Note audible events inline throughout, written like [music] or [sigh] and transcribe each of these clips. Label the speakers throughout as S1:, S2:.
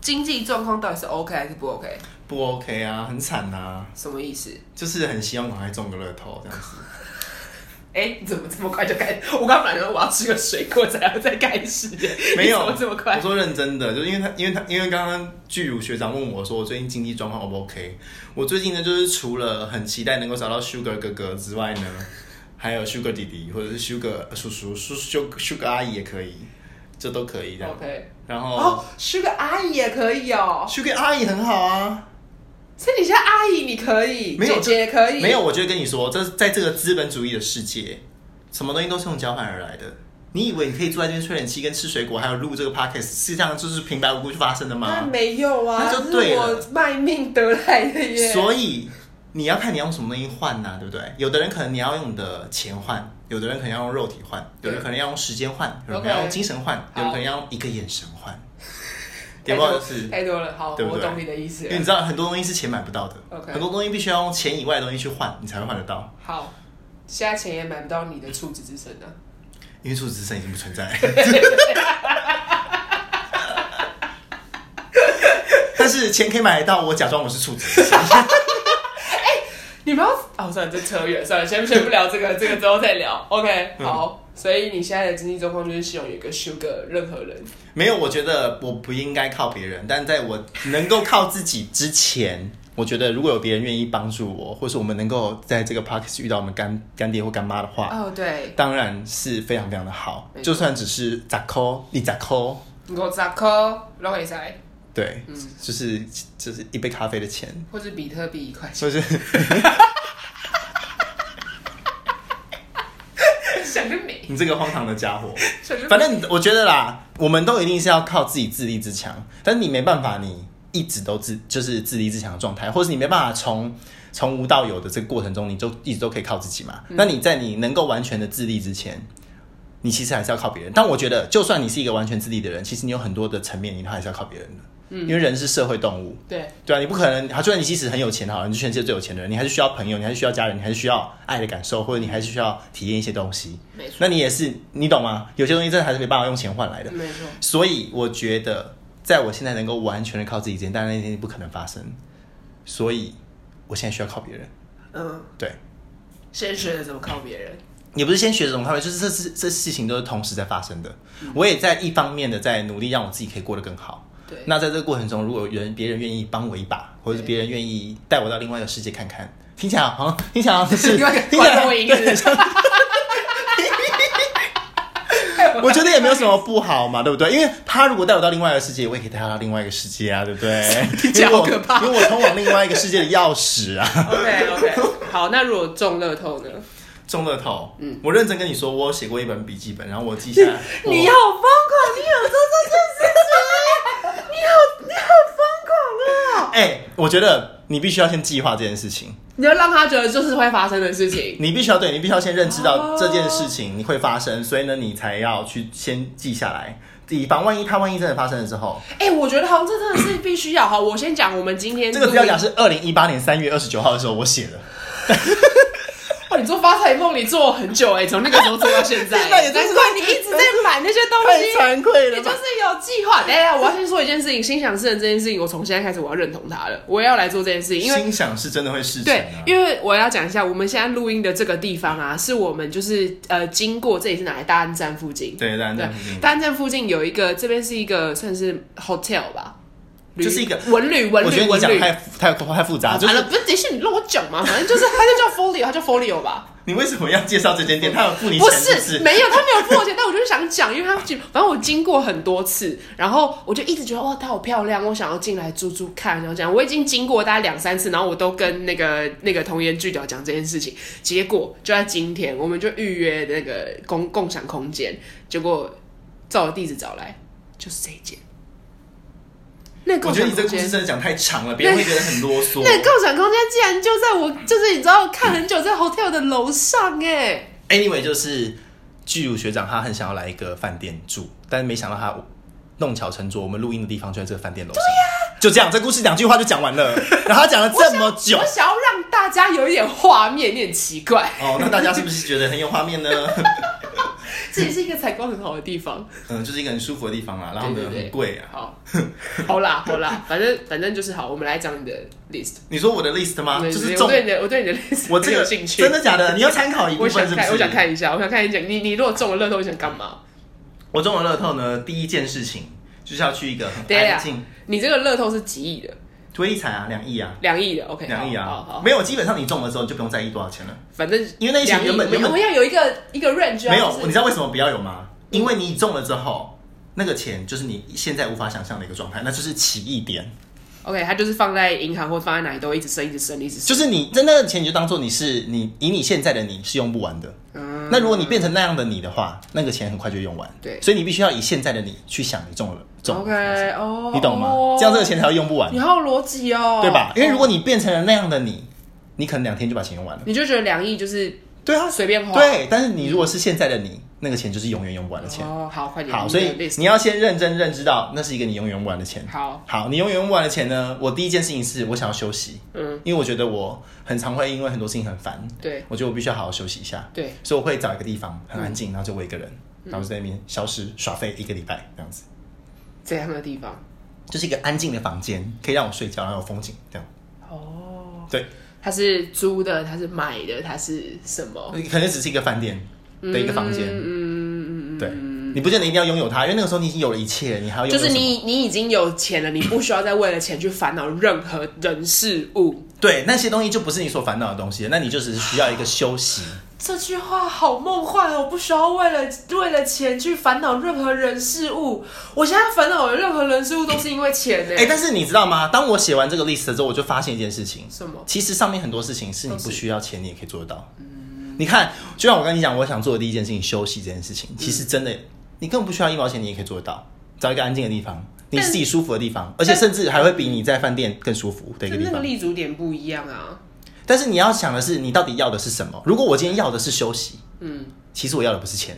S1: 经济状况到底是 OK 还是不 OK？
S2: 不 OK 啊，很惨啊，
S1: 什么意思？
S2: 就是很希望赶快中个乐透这样
S1: [laughs]
S2: 子。
S1: 哎、你怎么这么快就开始？我刚本来说我要吃个水果才要再开始耶，
S2: [laughs] 没有
S1: 你怎么这么快
S2: 我？说认真的，就是因为他，因为他，因为刚刚巨乳学长问我说，我最近经济状况 O 不 OK？我最近呢，就是除了很期待能够找到 Sugar 哥哥之外呢， [laughs] 还有 Sugar 弟弟或者是 Sugar 叔叔、叔 Sugar Sugar 阿姨也可以，这都可以这样。
S1: OK，
S2: 然后、
S1: 哦，是个阿姨也可以哦。
S2: Sugar 阿姨很好啊，
S1: 所以你现在阿姨你可以，
S2: 没有
S1: 姐姐也可以，
S2: 没有，我就跟你说，这在这个资本主义的世界，什么东西都是用交换而来的。你以为你可以坐在这边吹冷气、跟吃水果，还有录这个 podcast，事实上就是平白无故就发生的吗？
S1: 那没有啊，
S2: 那就对了
S1: 这是我卖命得来的耶。
S2: 所以你要看你要用什么东西换呐、对不对？有的人可能你要用你的钱换，有的人可能要用肉体换，有
S1: 对
S2: 的人可能要用时间换，
S1: 嗯
S2: 有人可能要用精神换，有人可能要用一个眼神换，有
S1: 哎
S2: 没有？是，
S1: 太多了，好，
S2: 对不
S1: 我
S2: 对
S1: 懂你的意思
S2: 因为你
S1: 了。
S2: 知道很多东西是钱买不到的
S1: OK
S2: 很多东西必须要用钱以外的东西去换，你才会换得到。
S1: 好，现在钱也买不到你的处子之身啊。
S2: 因为数字之身已经不
S1: [laughs]
S2: 存在。但是钱可以买得到，我假装我是处子之身。
S1: 你不要哦，算了，这扯远，算了，先先不聊这个，这个之后再 [laughs] 聊。OK，好。所以你现在的经济状况就是希望有一个 Sugar 任何人，
S2: 没有，我觉得我不应该靠别人，但在我能够靠自己之前，我觉得如果有别人愿意帮助我，或是我们能够在这个 podcast 遇到我们干干爹或干妈的话，
S1: 哦，对，
S2: 当然是非常非常的好
S1: 没。错
S2: 就算只是咋抠，你咋抠，
S1: 五十块拢会使，
S2: 对，
S1: 嗯
S2: 就是就是一杯咖啡的钱，
S1: 或是比特币一块钱。
S2: 就是
S1: [laughs] 想得美，
S2: 你这个荒唐的家伙。
S1: 想得美
S2: 反正我觉得啦，我们都一定是要靠自己自立自强，但是你没办法，你一直都自就是自立自强的状态，或是你没办法从从无到有的这个过程中，你就一直都可以靠自己嘛。那你在你能够完全的自立之前，你其实还是要靠别人。但我觉得，就算你是一个完全自立的人，其实你有很多的层面，你都还是要靠别人的。因为人是社会动物，
S1: 对，
S2: 对啊，你不可能，好，就算你即使很有钱好了，你是全世界最有钱的人，你还是需要朋友，你还是需要家人，你还是需要爱的感受，或者你还是需要体验一些东西。
S1: 没错，
S2: 那你也是，你懂吗？有些东西真的还是没办法用钱换来的。
S1: 没错，
S2: 所以我觉得，在我现在能够完全的靠自己之前，当然那天不可能发生。所以我现在需要靠别人。
S1: 嗯，
S2: 对，
S1: 先学着怎么靠别人，
S2: 也不是先学着怎么靠别人，就是这事这事情都是同时在发生的。我也在一方面的在努力，让我自己可以过得更好。
S1: 对，
S2: 那在这个过程中，如果有人别人愿意帮我一把，或者是别人愿意带我到另外一个世界看看，听起来好像听起来好像是
S1: [laughs] 另外一个
S2: 听起来
S1: 观众营是不是 [laughs]
S2: 对我觉得也没有什么不好嘛，对不对？因为他如果带我到另外一个世界，我也可以带他到另外一个世界啊，对不对？
S1: [laughs] 听起来好可怕嗯
S2: 因为我因为我通往另外一个世界的钥匙啊。
S1: OK OK，好，那如果中乐透呢？
S2: 中乐透，嗯，我认真跟你说，我有写过一本笔记本，然后我
S1: [laughs]
S2: 记下来。我
S1: 你好疯狂，你有做这件事情，你好，你好疯狂啊！
S2: 哎、我觉得你必须要先计划这件事情，
S1: 你要让他觉得就是会发生的事情，
S2: 你必须要对你必须要先认知
S1: 哦
S2: 到这件事情你会发生，所以呢，你才要去先记下来，以防万一它万一真的发生了之后，
S1: 哎、我觉得好像这真的是必须要。好，我先讲，我们今天
S2: 这个
S1: 录
S2: 资
S1: 音
S2: 料夹是二零一八年三月二十九号的时候我写的。
S1: 哦哇，你做发财梦，你做很久哎、从那个时候做到 [laughs] 现在、
S2: 现在也真
S1: 难
S2: 是
S1: 怪你一直在买那些东
S2: 太
S1: 西，
S2: 惭愧了
S1: 你
S2: 吧
S1: 就是有计划。等一下，我要先说一件事情，心想事成这件事情，我从现在开始我要认同它了，我也要来做这件事情，因为
S2: 心想是真的会事成、
S1: 对
S2: 啊，，
S1: 因为我要讲一下，我们现在录音的这个地方啊，是我们就是呃经过，这里是哪里？大安站附近。
S2: 对，当然
S1: 对
S2: 这附近，
S1: 大安站附近有一个，这边是一个算是 hotel 吧，旅
S2: 就是一个
S1: 文旅文
S2: 我
S1: 旅
S2: 觉得你
S1: 文
S2: 讲
S1: 旅。
S2: 太太太复杂，
S1: 啊
S2: 就
S1: 完了，
S2: 是
S1: 不是，等一下你让我讲嘛，反正就是它就叫 folio，它叫 folio 吧。
S2: 你为什么要介绍这间店？他有付你钱
S1: 不
S2: 是
S1: 是，没有，他没有付我钱，但我就是想讲，因为他就反正我经过很多次，然后我就一直觉得哇，她好漂亮，我想要进来住住看，然后这样，我已经经过大概两三次，然后我都跟那个那个童颜巨屌讲这件事情，结果就在今天，我们就预约那个共共享空间，结果照我地址找来，就是这一间。那个共
S2: 我觉得
S1: 享
S2: 你这
S1: 空
S2: 个故
S1: 间
S2: 事真的讲太长了，别人会觉得很啰嗦。
S1: 那个共享空间竟然就在我，就是你知道看很久在 hotel 的楼上哎、
S2: Anyway，就是巨乳学长他很想要来一个饭店住，但是没想到他弄巧成拙，我们录音的地方就在这个饭店楼上。就这样，这故事两句话就讲完了，
S1: [laughs]
S2: 然后他讲了这么久
S1: 我。想要让大家有一点画面，有点奇怪。
S2: 哦，那大家是不是觉得很有画面呢？
S1: 这也是一个采光很好的地方。
S2: [laughs] 嗯，就是一个很舒服的地方啦，然后呢
S1: 对对对
S2: 很贵啊。
S1: 好，好啦，好啦，反正反正就是好。我们来讲你的 list，
S2: 你说我的 list 吗？
S1: 对
S2: 啊就是
S1: 对
S2: 中
S1: 我对你的我对你的 list
S2: [laughs] 我这
S1: 很有
S2: 个
S1: 兴趣，
S2: 真的假的？你要参考一部
S1: 我想
S2: 分是不是？
S1: 看，我想。看一下，我想看一下你你如果中了乐透，你想干嘛？
S2: 我中了乐透呢，第一件事情就是要去一个很
S1: 对啊
S2: 安静，
S1: 你这个乐透是几亿的？
S2: 推一彩啊，两亿啊，
S1: 两亿的，OK，
S2: 两亿
S1: 好
S2: 啊
S1: 好，好，
S2: 没有，基本上你中了之后你就不用在意多少钱了，
S1: 反正
S2: 因为那一
S1: 两亿，
S2: 钱原本原
S1: 我
S2: 本
S1: 们要有一个一个 range，啊
S2: 没有，
S1: 就是
S2: 你知道为什么不要有吗？因为你中了之后，那个钱就是你现在无法想象的一个状态，那就是起义点，
S1: OK，它就是放在银行或放在哪里都会一直升，一直升，一直升。
S2: 就是你在那个钱你就当做你是你以你现在的你是用不完的。
S1: 嗯，
S2: 那如果你变成那样的你的话，那个钱很快就用完。
S1: 对
S2: 所以你必须要以现在的你去想你中了中了
S1: OK 哦，
S2: 你懂吗
S1: 哦？
S2: 这样这个钱才会用不完
S1: 你，好有逻辑哦，
S2: 对吧？因为如果
S1: 哦
S2: 你变成了那样的你，你可能两天就把钱用完了。
S1: 你就觉得两亿就是
S2: 对啊，
S1: 随便花，
S2: 对。但是你如果是现在的你，那个钱就是永远用不完的钱。
S1: 哦，好，快点，
S2: 好，所以
S1: 你的 list
S2: 你要先认真认知到，那是一个你永远用不完的钱。
S1: 好，
S2: 好，你永远用不完的钱呢？我第一件事情是我想要休息，
S1: 嗯，
S2: 因为我觉得我很常会因为很多事情很烦，
S1: 对
S2: 我觉得我必须要好好休息一下。
S1: 对，嗯
S2: 所以我会找一个地方很安静，然后就我一个人，然后就在那边消失耍废一个礼拜这样子，
S1: 这样的地方，
S2: 就是一个安静的房间，可以让我睡觉，然后有风景这样。
S1: 哦，
S2: 对，
S1: 它是租的，它是买的，它是什么？
S2: 可能只是一个饭店的一个房间，
S1: 哦嗯嗯嗯嗯，嗯
S2: 对，你不见得一定要拥有它，因为那个时候你已经有了一切，你还要拥
S1: 就
S2: 有
S1: 是
S2: 什么
S1: 你你已经有钱了，你不需要再为了钱去烦恼任何人事物。
S2: 对那些东西就不是你所烦恼的东西，那你就只是需要一个休息。
S1: 这句话好梦幻哦！我不需要为了为了钱去烦恼任何人事物。我现在烦恼的任何人事物都是因为钱呢、
S2: 哎、但是你知道吗？当我写完这个 list 之后，我就发现一件事情，
S1: 什么？
S2: 其实上面很多事情是你不需要钱，你也可以做得到。你看，就像我跟你讲，我想做的第一件事情，休息这件事情，其实真的，你根本不需要一毛钱，你也可以做得到。找一个安静的地方，你自己舒服的地方，而且甚至还会比你在饭店更舒服的一
S1: 就
S2: 个地
S1: 那个
S2: 方。
S1: 立足点不一样啊。
S2: 但是你要想的是，你到底要的是什么？如果我今天要的是休息，
S1: 嗯
S2: 其实我要的不是钱、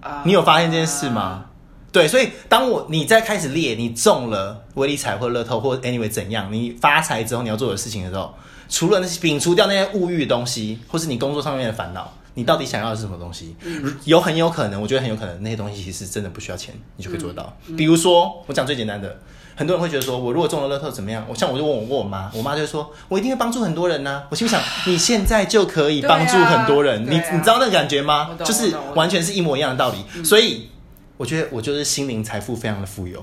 S2: 欸
S1: 啊，
S2: 你有发现这件事吗？对，所以当我你在开始列你中了威力彩或乐透或 anyway 怎样，你发财之后你要做的事情的时候，除了那些摒除掉那些物欲的东西，或是你工作上面的烦恼，你到底想要的是什么东西？
S1: 嗯
S2: 有很有可能，我觉得很有可能那些东西其实真的不需要钱，你就可以做得到。
S1: 嗯
S2: 比如说，我讲最简单的。很多人会觉得说，我如果中了乐透怎么样？我像我就问我问我妈，我妈就说，我一定会帮助很多人呐、我心里想，你现在就可以帮助很多人，
S1: 对啊
S2: 你
S1: 对啊
S2: 你知道那个感觉吗？
S1: 我懂
S2: 就
S1: 我
S2: 是
S1: 懂我嗯懂
S2: 完全是一模一样的道理。所以我觉得我就是心灵财富非常的富有，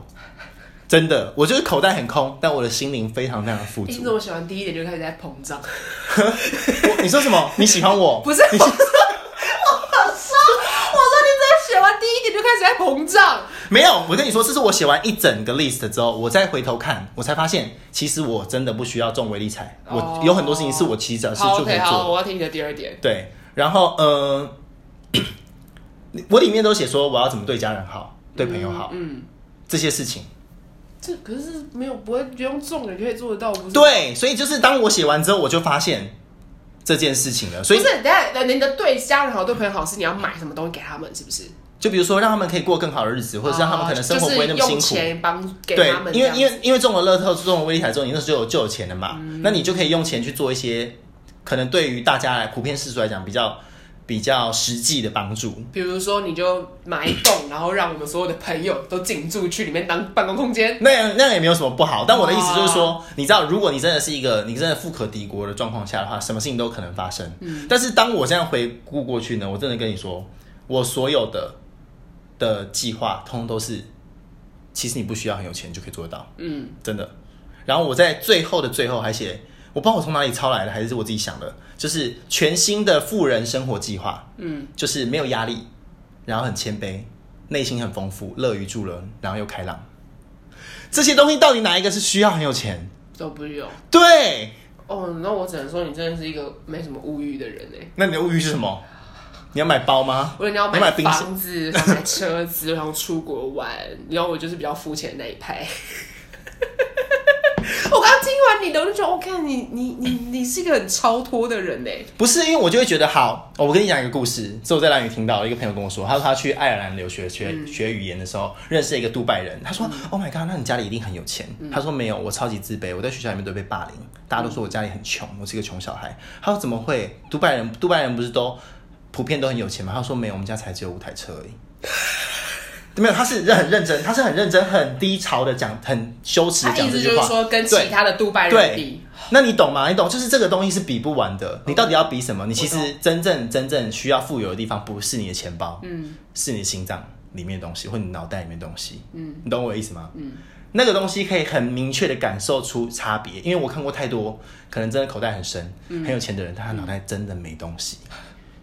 S2: 真的，我就是口袋很空，但我的心灵非常非常的富
S1: 你
S2: 足
S1: 怎。么喜欢第一点就开始在膨胀？
S2: 我你说
S1: [laughs]
S2: 什么？你喜欢我？
S1: 不是，我说，我说，我说，你怎么写完第一点就开始在膨胀？
S2: 没有，我跟你说，这是我写完一整个 list 之后，我再回头看，我才发现，其实我真的不需要中微利财，
S1: 哦
S2: 我有很多事情是我其实早是
S1: 好
S2: 就可以
S1: ，OK，
S2: 做的
S1: 好，。我要听你的第二点。
S2: 对，然后呃， [clears throat] 我里面都写说我要怎么对家人好，对朋友好、
S1: 嗯，
S2: 这些事情。
S1: 这可是没有不会不用中了，你可以做得到，不是？，
S2: 对，所以就是当我写完之后，我就发现这件事情了。所以
S1: 不是，等一下，等你的对家人好、对朋友好，是你要买什么东西给他们，是不是？啊
S2: 就比如说让他们可以过更好的日子，或者是让他们可能生活不会那么辛
S1: 就是、
S2: 苦。
S1: 用钱帮给
S2: 对
S1: 他们，这
S2: 因为
S1: 样，
S2: 因为因为中了乐透、中了威力彩之后，你那时候就有就有钱了嘛，
S1: 嗯
S2: 那你就可以用钱去做一些可能对于大家来普遍世俗来讲比较比较实际的帮助。
S1: 比如说你就买一栋，然后让我们所有的朋友都进驻去里面当办公空间。
S2: 那样那样也没有什么不好，但我的意思就
S1: 哦
S2: 是说，你知道，如果你真的是一个你真的富可敌国的状况下的话，什么事情都可能发生。
S1: 嗯
S2: 但是当我这样回顾过去呢，我真的跟你说，我所有的的计划，通通都是，其实你不需要很有钱就可以做得到。
S1: 嗯，
S2: 真的。然后我在最后的最后还写，我不知道我从哪里抄来的，还是我自己想的，就是全新的富人生活计划，
S1: 嗯，
S2: 就是没有压力，然后很谦卑，内心很丰富，乐于助人，然后又开朗。这些东西到底哪一个是需要很有钱？
S1: 都不用。
S2: 对，
S1: 哦，那我只能说你真的是一个没什么物欲的人哎、
S2: 那你的物欲是什么？你要买包吗？
S1: 我你要
S2: 你买
S1: 买
S2: 冰箱
S1: 房子，然后买车子，然后出国玩，然后我就是比较肤浅的那一派。 [laughs] 我刚听完你的，我就觉得，我、看你你你你是一个很超脱的人哎、
S2: 不是，因为我就会觉得好，哦我跟你讲一个故事，这我在蓝屿听到一个朋友跟我说，他说他去爱尔兰留学学、
S1: 嗯
S2: 学语言的时候，认识了一个杜拜人，他说、Oh my god，那你家里一定很有钱。
S1: 嗯
S2: 他说没有，我超级自卑，我在学校里面都被霸凌，大家都说我家里很穷，我是一个穷小孩。他说怎么会？杜拜人，杜拜人不是都普遍都很有钱嘛？他说没有，我们家才只有五台车而已。 [laughs] 没有，他是认很认真，他是很认真、很低潮的讲，很羞耻
S1: 他
S2: 的讲
S1: 意
S2: 这
S1: 思
S2: 句
S1: 就是
S2: 话。
S1: 说跟
S2: 对
S1: 其他的杜拜人比，
S2: 那你懂吗？你懂，就是这个东西是比不完的。你到底要比什么？你其
S1: 我
S2: 实真正真正需要富有的地方，不是你的钱包，嗯，是你心脏里面的东西，或你脑袋里面的东西，嗯，你懂我的意思吗？嗯，那个东西可以很明确的感受出差别，因为我看过太多，可能真的口袋很深、很有钱的人，但他脑袋真的没东西。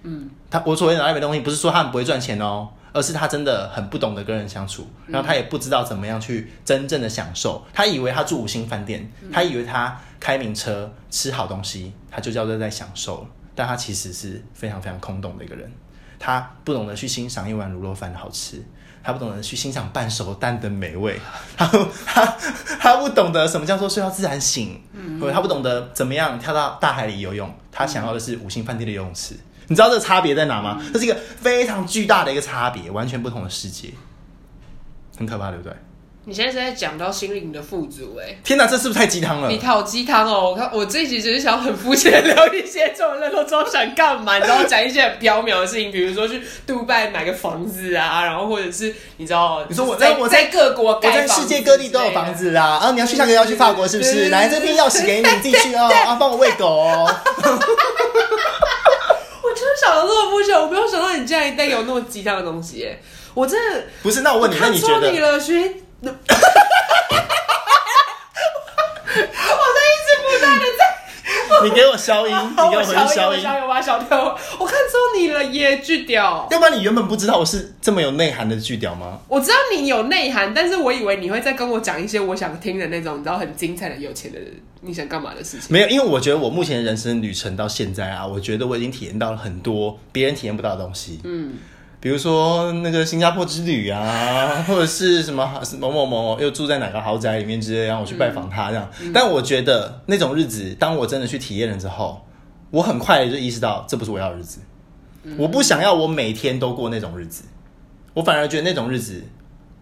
S2: 嗯，他我所谓的脑袋没东西，不是说他很不会赚钱哦。而是他真的很不懂得跟人相处，然后他也不知道怎么样去真正的享受。他以为他住五星饭店，他以为他开名车、吃好东西，他就叫做在享受了。但他其实是非常非常空洞的一个人，他不懂得去欣赏一碗卤肉饭的好吃，他不懂得去欣赏半熟蛋的美味，他他 [laughs] 他不懂得什么叫做睡到自然醒，
S1: 嗯
S2: 或者他不懂得怎么样跳到大海里游泳，他想要的是五星饭店的游泳池。你知道这个差别在哪
S1: 嗯
S2: 吗？这是一个非常巨大的一个差别，完全不同的世界，很可怕，对不对？
S1: 你现在是在讲到心灵的富足、哎。
S2: 天哪，这是不是太鸡汤了
S1: 你？看我鸡汤哦，我看我这一集只是想很肤浅地聊一些这种人都知道想干嘛，你知道讲一些很缥缈的事情，比如说去杜拜买个房子啊，然后或者是你知道，
S2: 你说我
S1: 在
S2: 在我
S1: 在
S2: 在
S1: 各国
S2: 我
S1: 盖
S2: 在
S1: 房子
S2: 世界各地都有房子啦，啊，你要去香港，要去法国，是不
S1: 对对
S2: 是？
S1: 对
S2: 来这边钥匙给你，你自己
S1: [laughs]
S2: 去哦，啊，帮我喂狗哦。
S1: 之类的，我真的想了这么肤浅，我没有想到你竟然带有那么鸡汤的东西耶，我真的
S2: 不是，那我问你，那
S1: 看
S2: 你
S1: 错
S2: 觉
S1: 你
S2: 得？
S1: 了，
S2: [laughs]
S1: 学。我在一直不断的在。
S2: 你给我消音，你
S1: [laughs]
S2: 给
S1: 我
S2: 我回去
S1: 消
S2: 消
S1: 音，我
S2: 音。
S1: 消音，我把它消掉。我看错你了耶，巨屌！
S2: 要不然你原本不知道我是这么有内涵的巨屌吗？
S1: 我知道你有内涵，但是我以为你会再跟我讲一些我想听的那种，你知道很精彩的有钱的你想干嘛的事情。
S2: 没有，因为我觉得我目前的人生旅程到现在啊，我觉得我已经体验到了很多别人体验不到的东西。
S1: 嗯，
S2: 比如说那个新加坡之旅啊，或者是什么某某某又住在哪个豪宅里面之类，然后我去拜访他这样。但我觉得那种日子，当我真的去体验了之后，我很快地就意识到这不是我要的日子。我不想要我每天都过那种日子，我反而觉得那种日子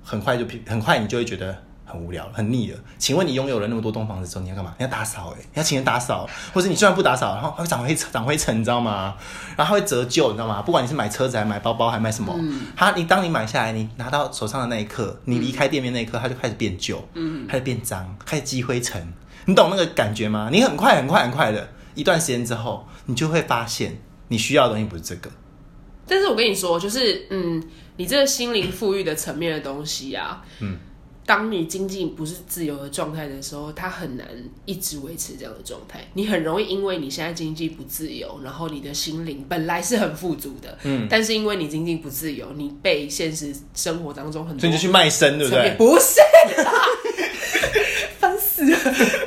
S2: 很快就疲很快你就会觉得很无聊、很腻了。请问你拥有了那么多栋房子之后，你要干嘛？你要打扫哎、你要请人打扫，或者你虽然不打扫，然后它会长灰尘长灰尘，你知道吗？然后它会折旧，你知道吗？不管你是买车子还买包包还买什么，
S1: 嗯
S2: 它你当你买下来，你拿到手上的那一刻，你离开店面那一刻，它就开始变旧，嗯，开始变脏，开始积灰尘，你懂那个感觉吗？你很快很快很快的一段时间之后，你就会发现你需要的东西不是这个，
S1: 但是我跟你说，就是嗯，你这个心灵富裕的层面的东西啊，
S2: 嗯，
S1: 当你经济不是自由的状态的时候，它很难一直维持这样的状态。你很容易因为你现在经济不自由，然后你的心灵本来是很富足的，嗯，但是因为你经济不自由，你被现实生活当中很多
S2: 所以你就去卖身，对不
S1: 层
S2: 对
S1: 面？不是 [laughs] 啦，烦死了！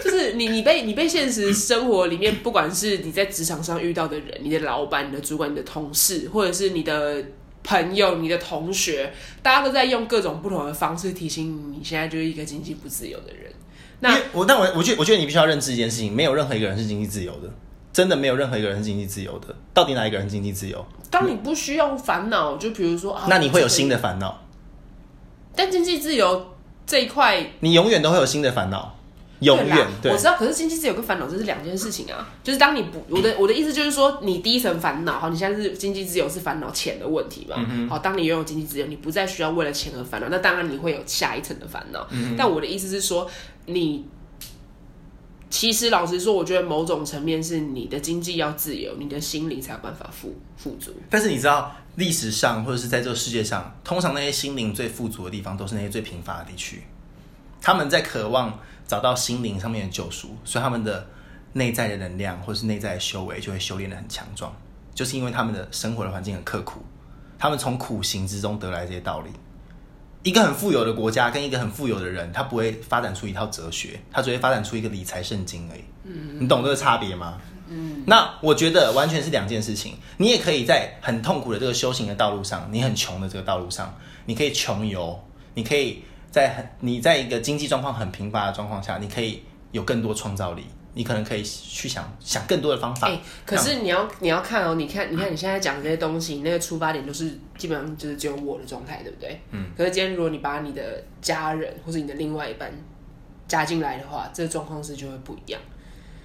S1: 就是你，你被你被现实生活里面，不管是你在职场上遇到的人，你的老板、你的主管、你的同事，或者是你的朋友、你的同学，大家都在用各种不同的方式提醒你，现在就是一个经济不自由的人。那
S2: 因为我，但我我觉得我觉得你必须要认知一件事情，没有任何一个人是经济自由的，真的没有任何一个人是经济自由的。到底哪一个人经济自由？
S1: 当你不需要烦恼，就比如说啊，
S2: 那你会有新
S1: 的，
S2: 的烦恼，
S1: 但经济自由这一块
S2: 你永远都会有新的烦恼，永
S1: 对
S2: 远
S1: 啦
S2: 对
S1: 我知。道，可是经济自由跟烦恼这是两件事情啊。就是当你不，
S2: 嗯
S1: 我的我的意思就是说，你第一层烦恼，好，你现在是经济自由是烦恼钱的问题嘛？
S2: 嗯
S1: 好，当你拥有经济自由，你不再需要为了钱而烦恼，那当然你会有下一层的烦恼。但我的意思是说，你其实老实说，我觉得某种层面是你的经济要自由，你的心灵才有办法富富足。
S2: 但是你知道，历史上或者是在这个世界上，通常那些心灵最富足的地方，都是那些最贫乏的地区。他们在渴望找到心灵上面的救赎，所以他们的内在的能量或是内在的修为就会修炼的很强壮，就是因为他们的生活的环境很刻苦，他们从苦行之中得来这些道理。一个很富有的国家跟一个很富有的人，他不会发展出一套哲学，他只会发展出一个理财圣经而已。嗯，你懂这个差别吗？
S1: 嗯
S2: 那我觉得完全是两件事情。你也可以在很痛苦的这个修行的道路上，你很穷的这个道路上，你可以穷游，你可以在很你在一个经济状况很贫乏的状况下，你可以有更多创造力，你可能可以去想想更多的方法。
S1: 哎、可是你要你要看哦，你看你看你现在讲这些东西，你那个出发点就是基本上就是只有我的状态，对不对？嗯。可是今天如果你把你的家人或是你的另外一半加进来的话，这个状况是就会不一样。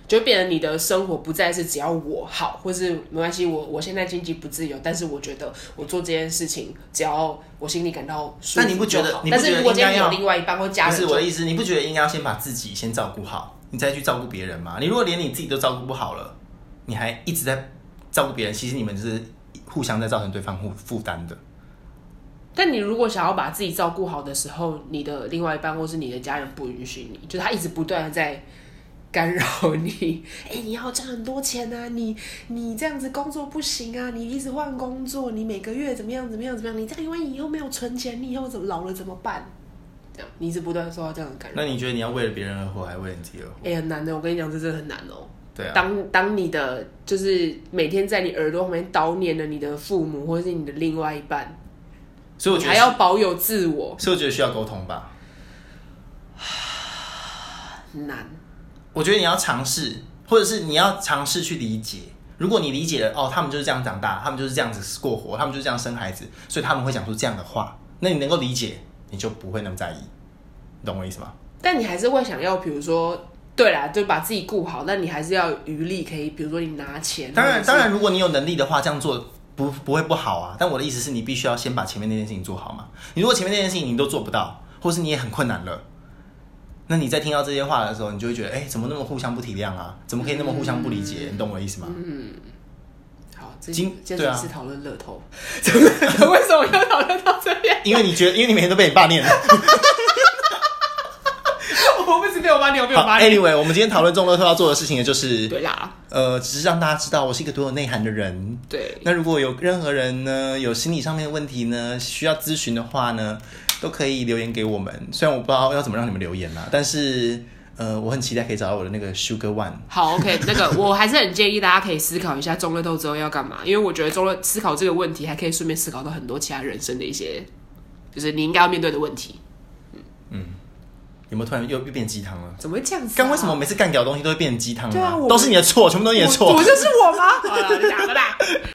S1: 就会变成你的生活不再是只要我好，或是没关系，我我现在经济不自由，但是我觉得我做这件事情，只要我心里感到舒服就好。
S2: 那你不觉得你不
S1: 但
S2: 觉
S1: 是
S2: 得
S1: 如果今天你
S2: 应该
S1: 有
S2: 要
S1: 另外一半或家
S2: 不
S1: 人
S2: 是
S1: 就，
S2: 我的意思，你不觉得应该要先把自己先照顾好，你再去照顾别人吗？你如果连你自己都照顾不好了，你还一直在照顾别人，其实你们就是互相在造成对方负负担的。
S1: 但你如果想要把自己照顾好的时候，你的另外一半或是你的家人不允许你，就是他一直不断的在干扰你。 [laughs] 哎、你要赚很多钱啊，你你这样子工作不行啊，你一直换工作，你每个月怎么样怎么样怎么样，你这样万一以后没有存钱，你以后怎么老了怎么办？嗯这样你一直不断地受到这样的干扰
S2: 那，你觉得你要为了别人而活，还为了你自己而活？
S1: 哎、很难的。我跟你讲，这真的很难哦、
S2: 对啊，
S1: 当当你的就是每天在你耳朵旁边叨念的你的父母或者是你的另外一半，
S2: 所以我
S1: 你
S2: 觉
S1: 还
S2: 得，
S1: 要保有自我，
S2: 所以我觉得需要沟通吧。
S1: 很难。
S2: 我觉得你要尝试，或者是你要尝试去理解。如果你理解了，哦，他们就是这样长大，他们就是这样子过活，他们就是这样生孩子，所以他们会讲出这样的话，那你能够理解，你就不会那么在意，你懂我意思吗？
S1: 但你还是会想要，比如说，对啦，就把自己顾好，但你还是要有余力可以，比如说你拿钱，
S2: 当然，
S1: 或者是
S2: 当然，如果你有能力的话，这样做不不会不好啊。但我的意思是你必须要先把前面那件事情做好嘛。你如果前面那件事情你都做不到，或是你也很困难了，那你在听到这些话的时候，你就会觉得，哎、怎么那么互相不体谅啊？怎么可以那么互相不理解？你懂我的意思吗？
S1: 好，这
S2: 今
S1: 这
S2: 对啊
S1: 次是讨论乐透，怎么为什么又讨论到这边？
S2: 因为你觉得，因为你每天都被你爸念。
S1: 我不是六八六，没有
S2: 好
S1: 八六，
S2: ，Anyway，我们今天讨论众乐透要做的事情，也就
S1: [laughs]
S2: 是
S1: 对啦，
S2: 呃，只是让大家知道我是一个多有内涵的人。
S1: 对，
S2: 那如果有任何人呢有心理上面的问题呢，需要咨询的话呢，都可以留言给我们。虽然我不知道要怎么让你们留言啦，啊但是呃，我很期待可以找到我的那个 Sugar One。
S1: 好，OK，那个我还是很建议大家可以思考一下中乐透之后要干嘛，因为我觉得中乐思考这个问题，还可以顺便思考到很多其他人生的一些，就是你应该要面对的问题。
S2: 有没有突然又又变鸡汤了？
S1: 怎么会这样子、啊？
S2: 刚为什么每次干掉的东西都会变成鸡汤呢？
S1: 对啊我
S2: 都是你的错，全部都是你的
S1: 我
S2: 错 [laughs]
S1: 我。就是我吗？好了，打个啦。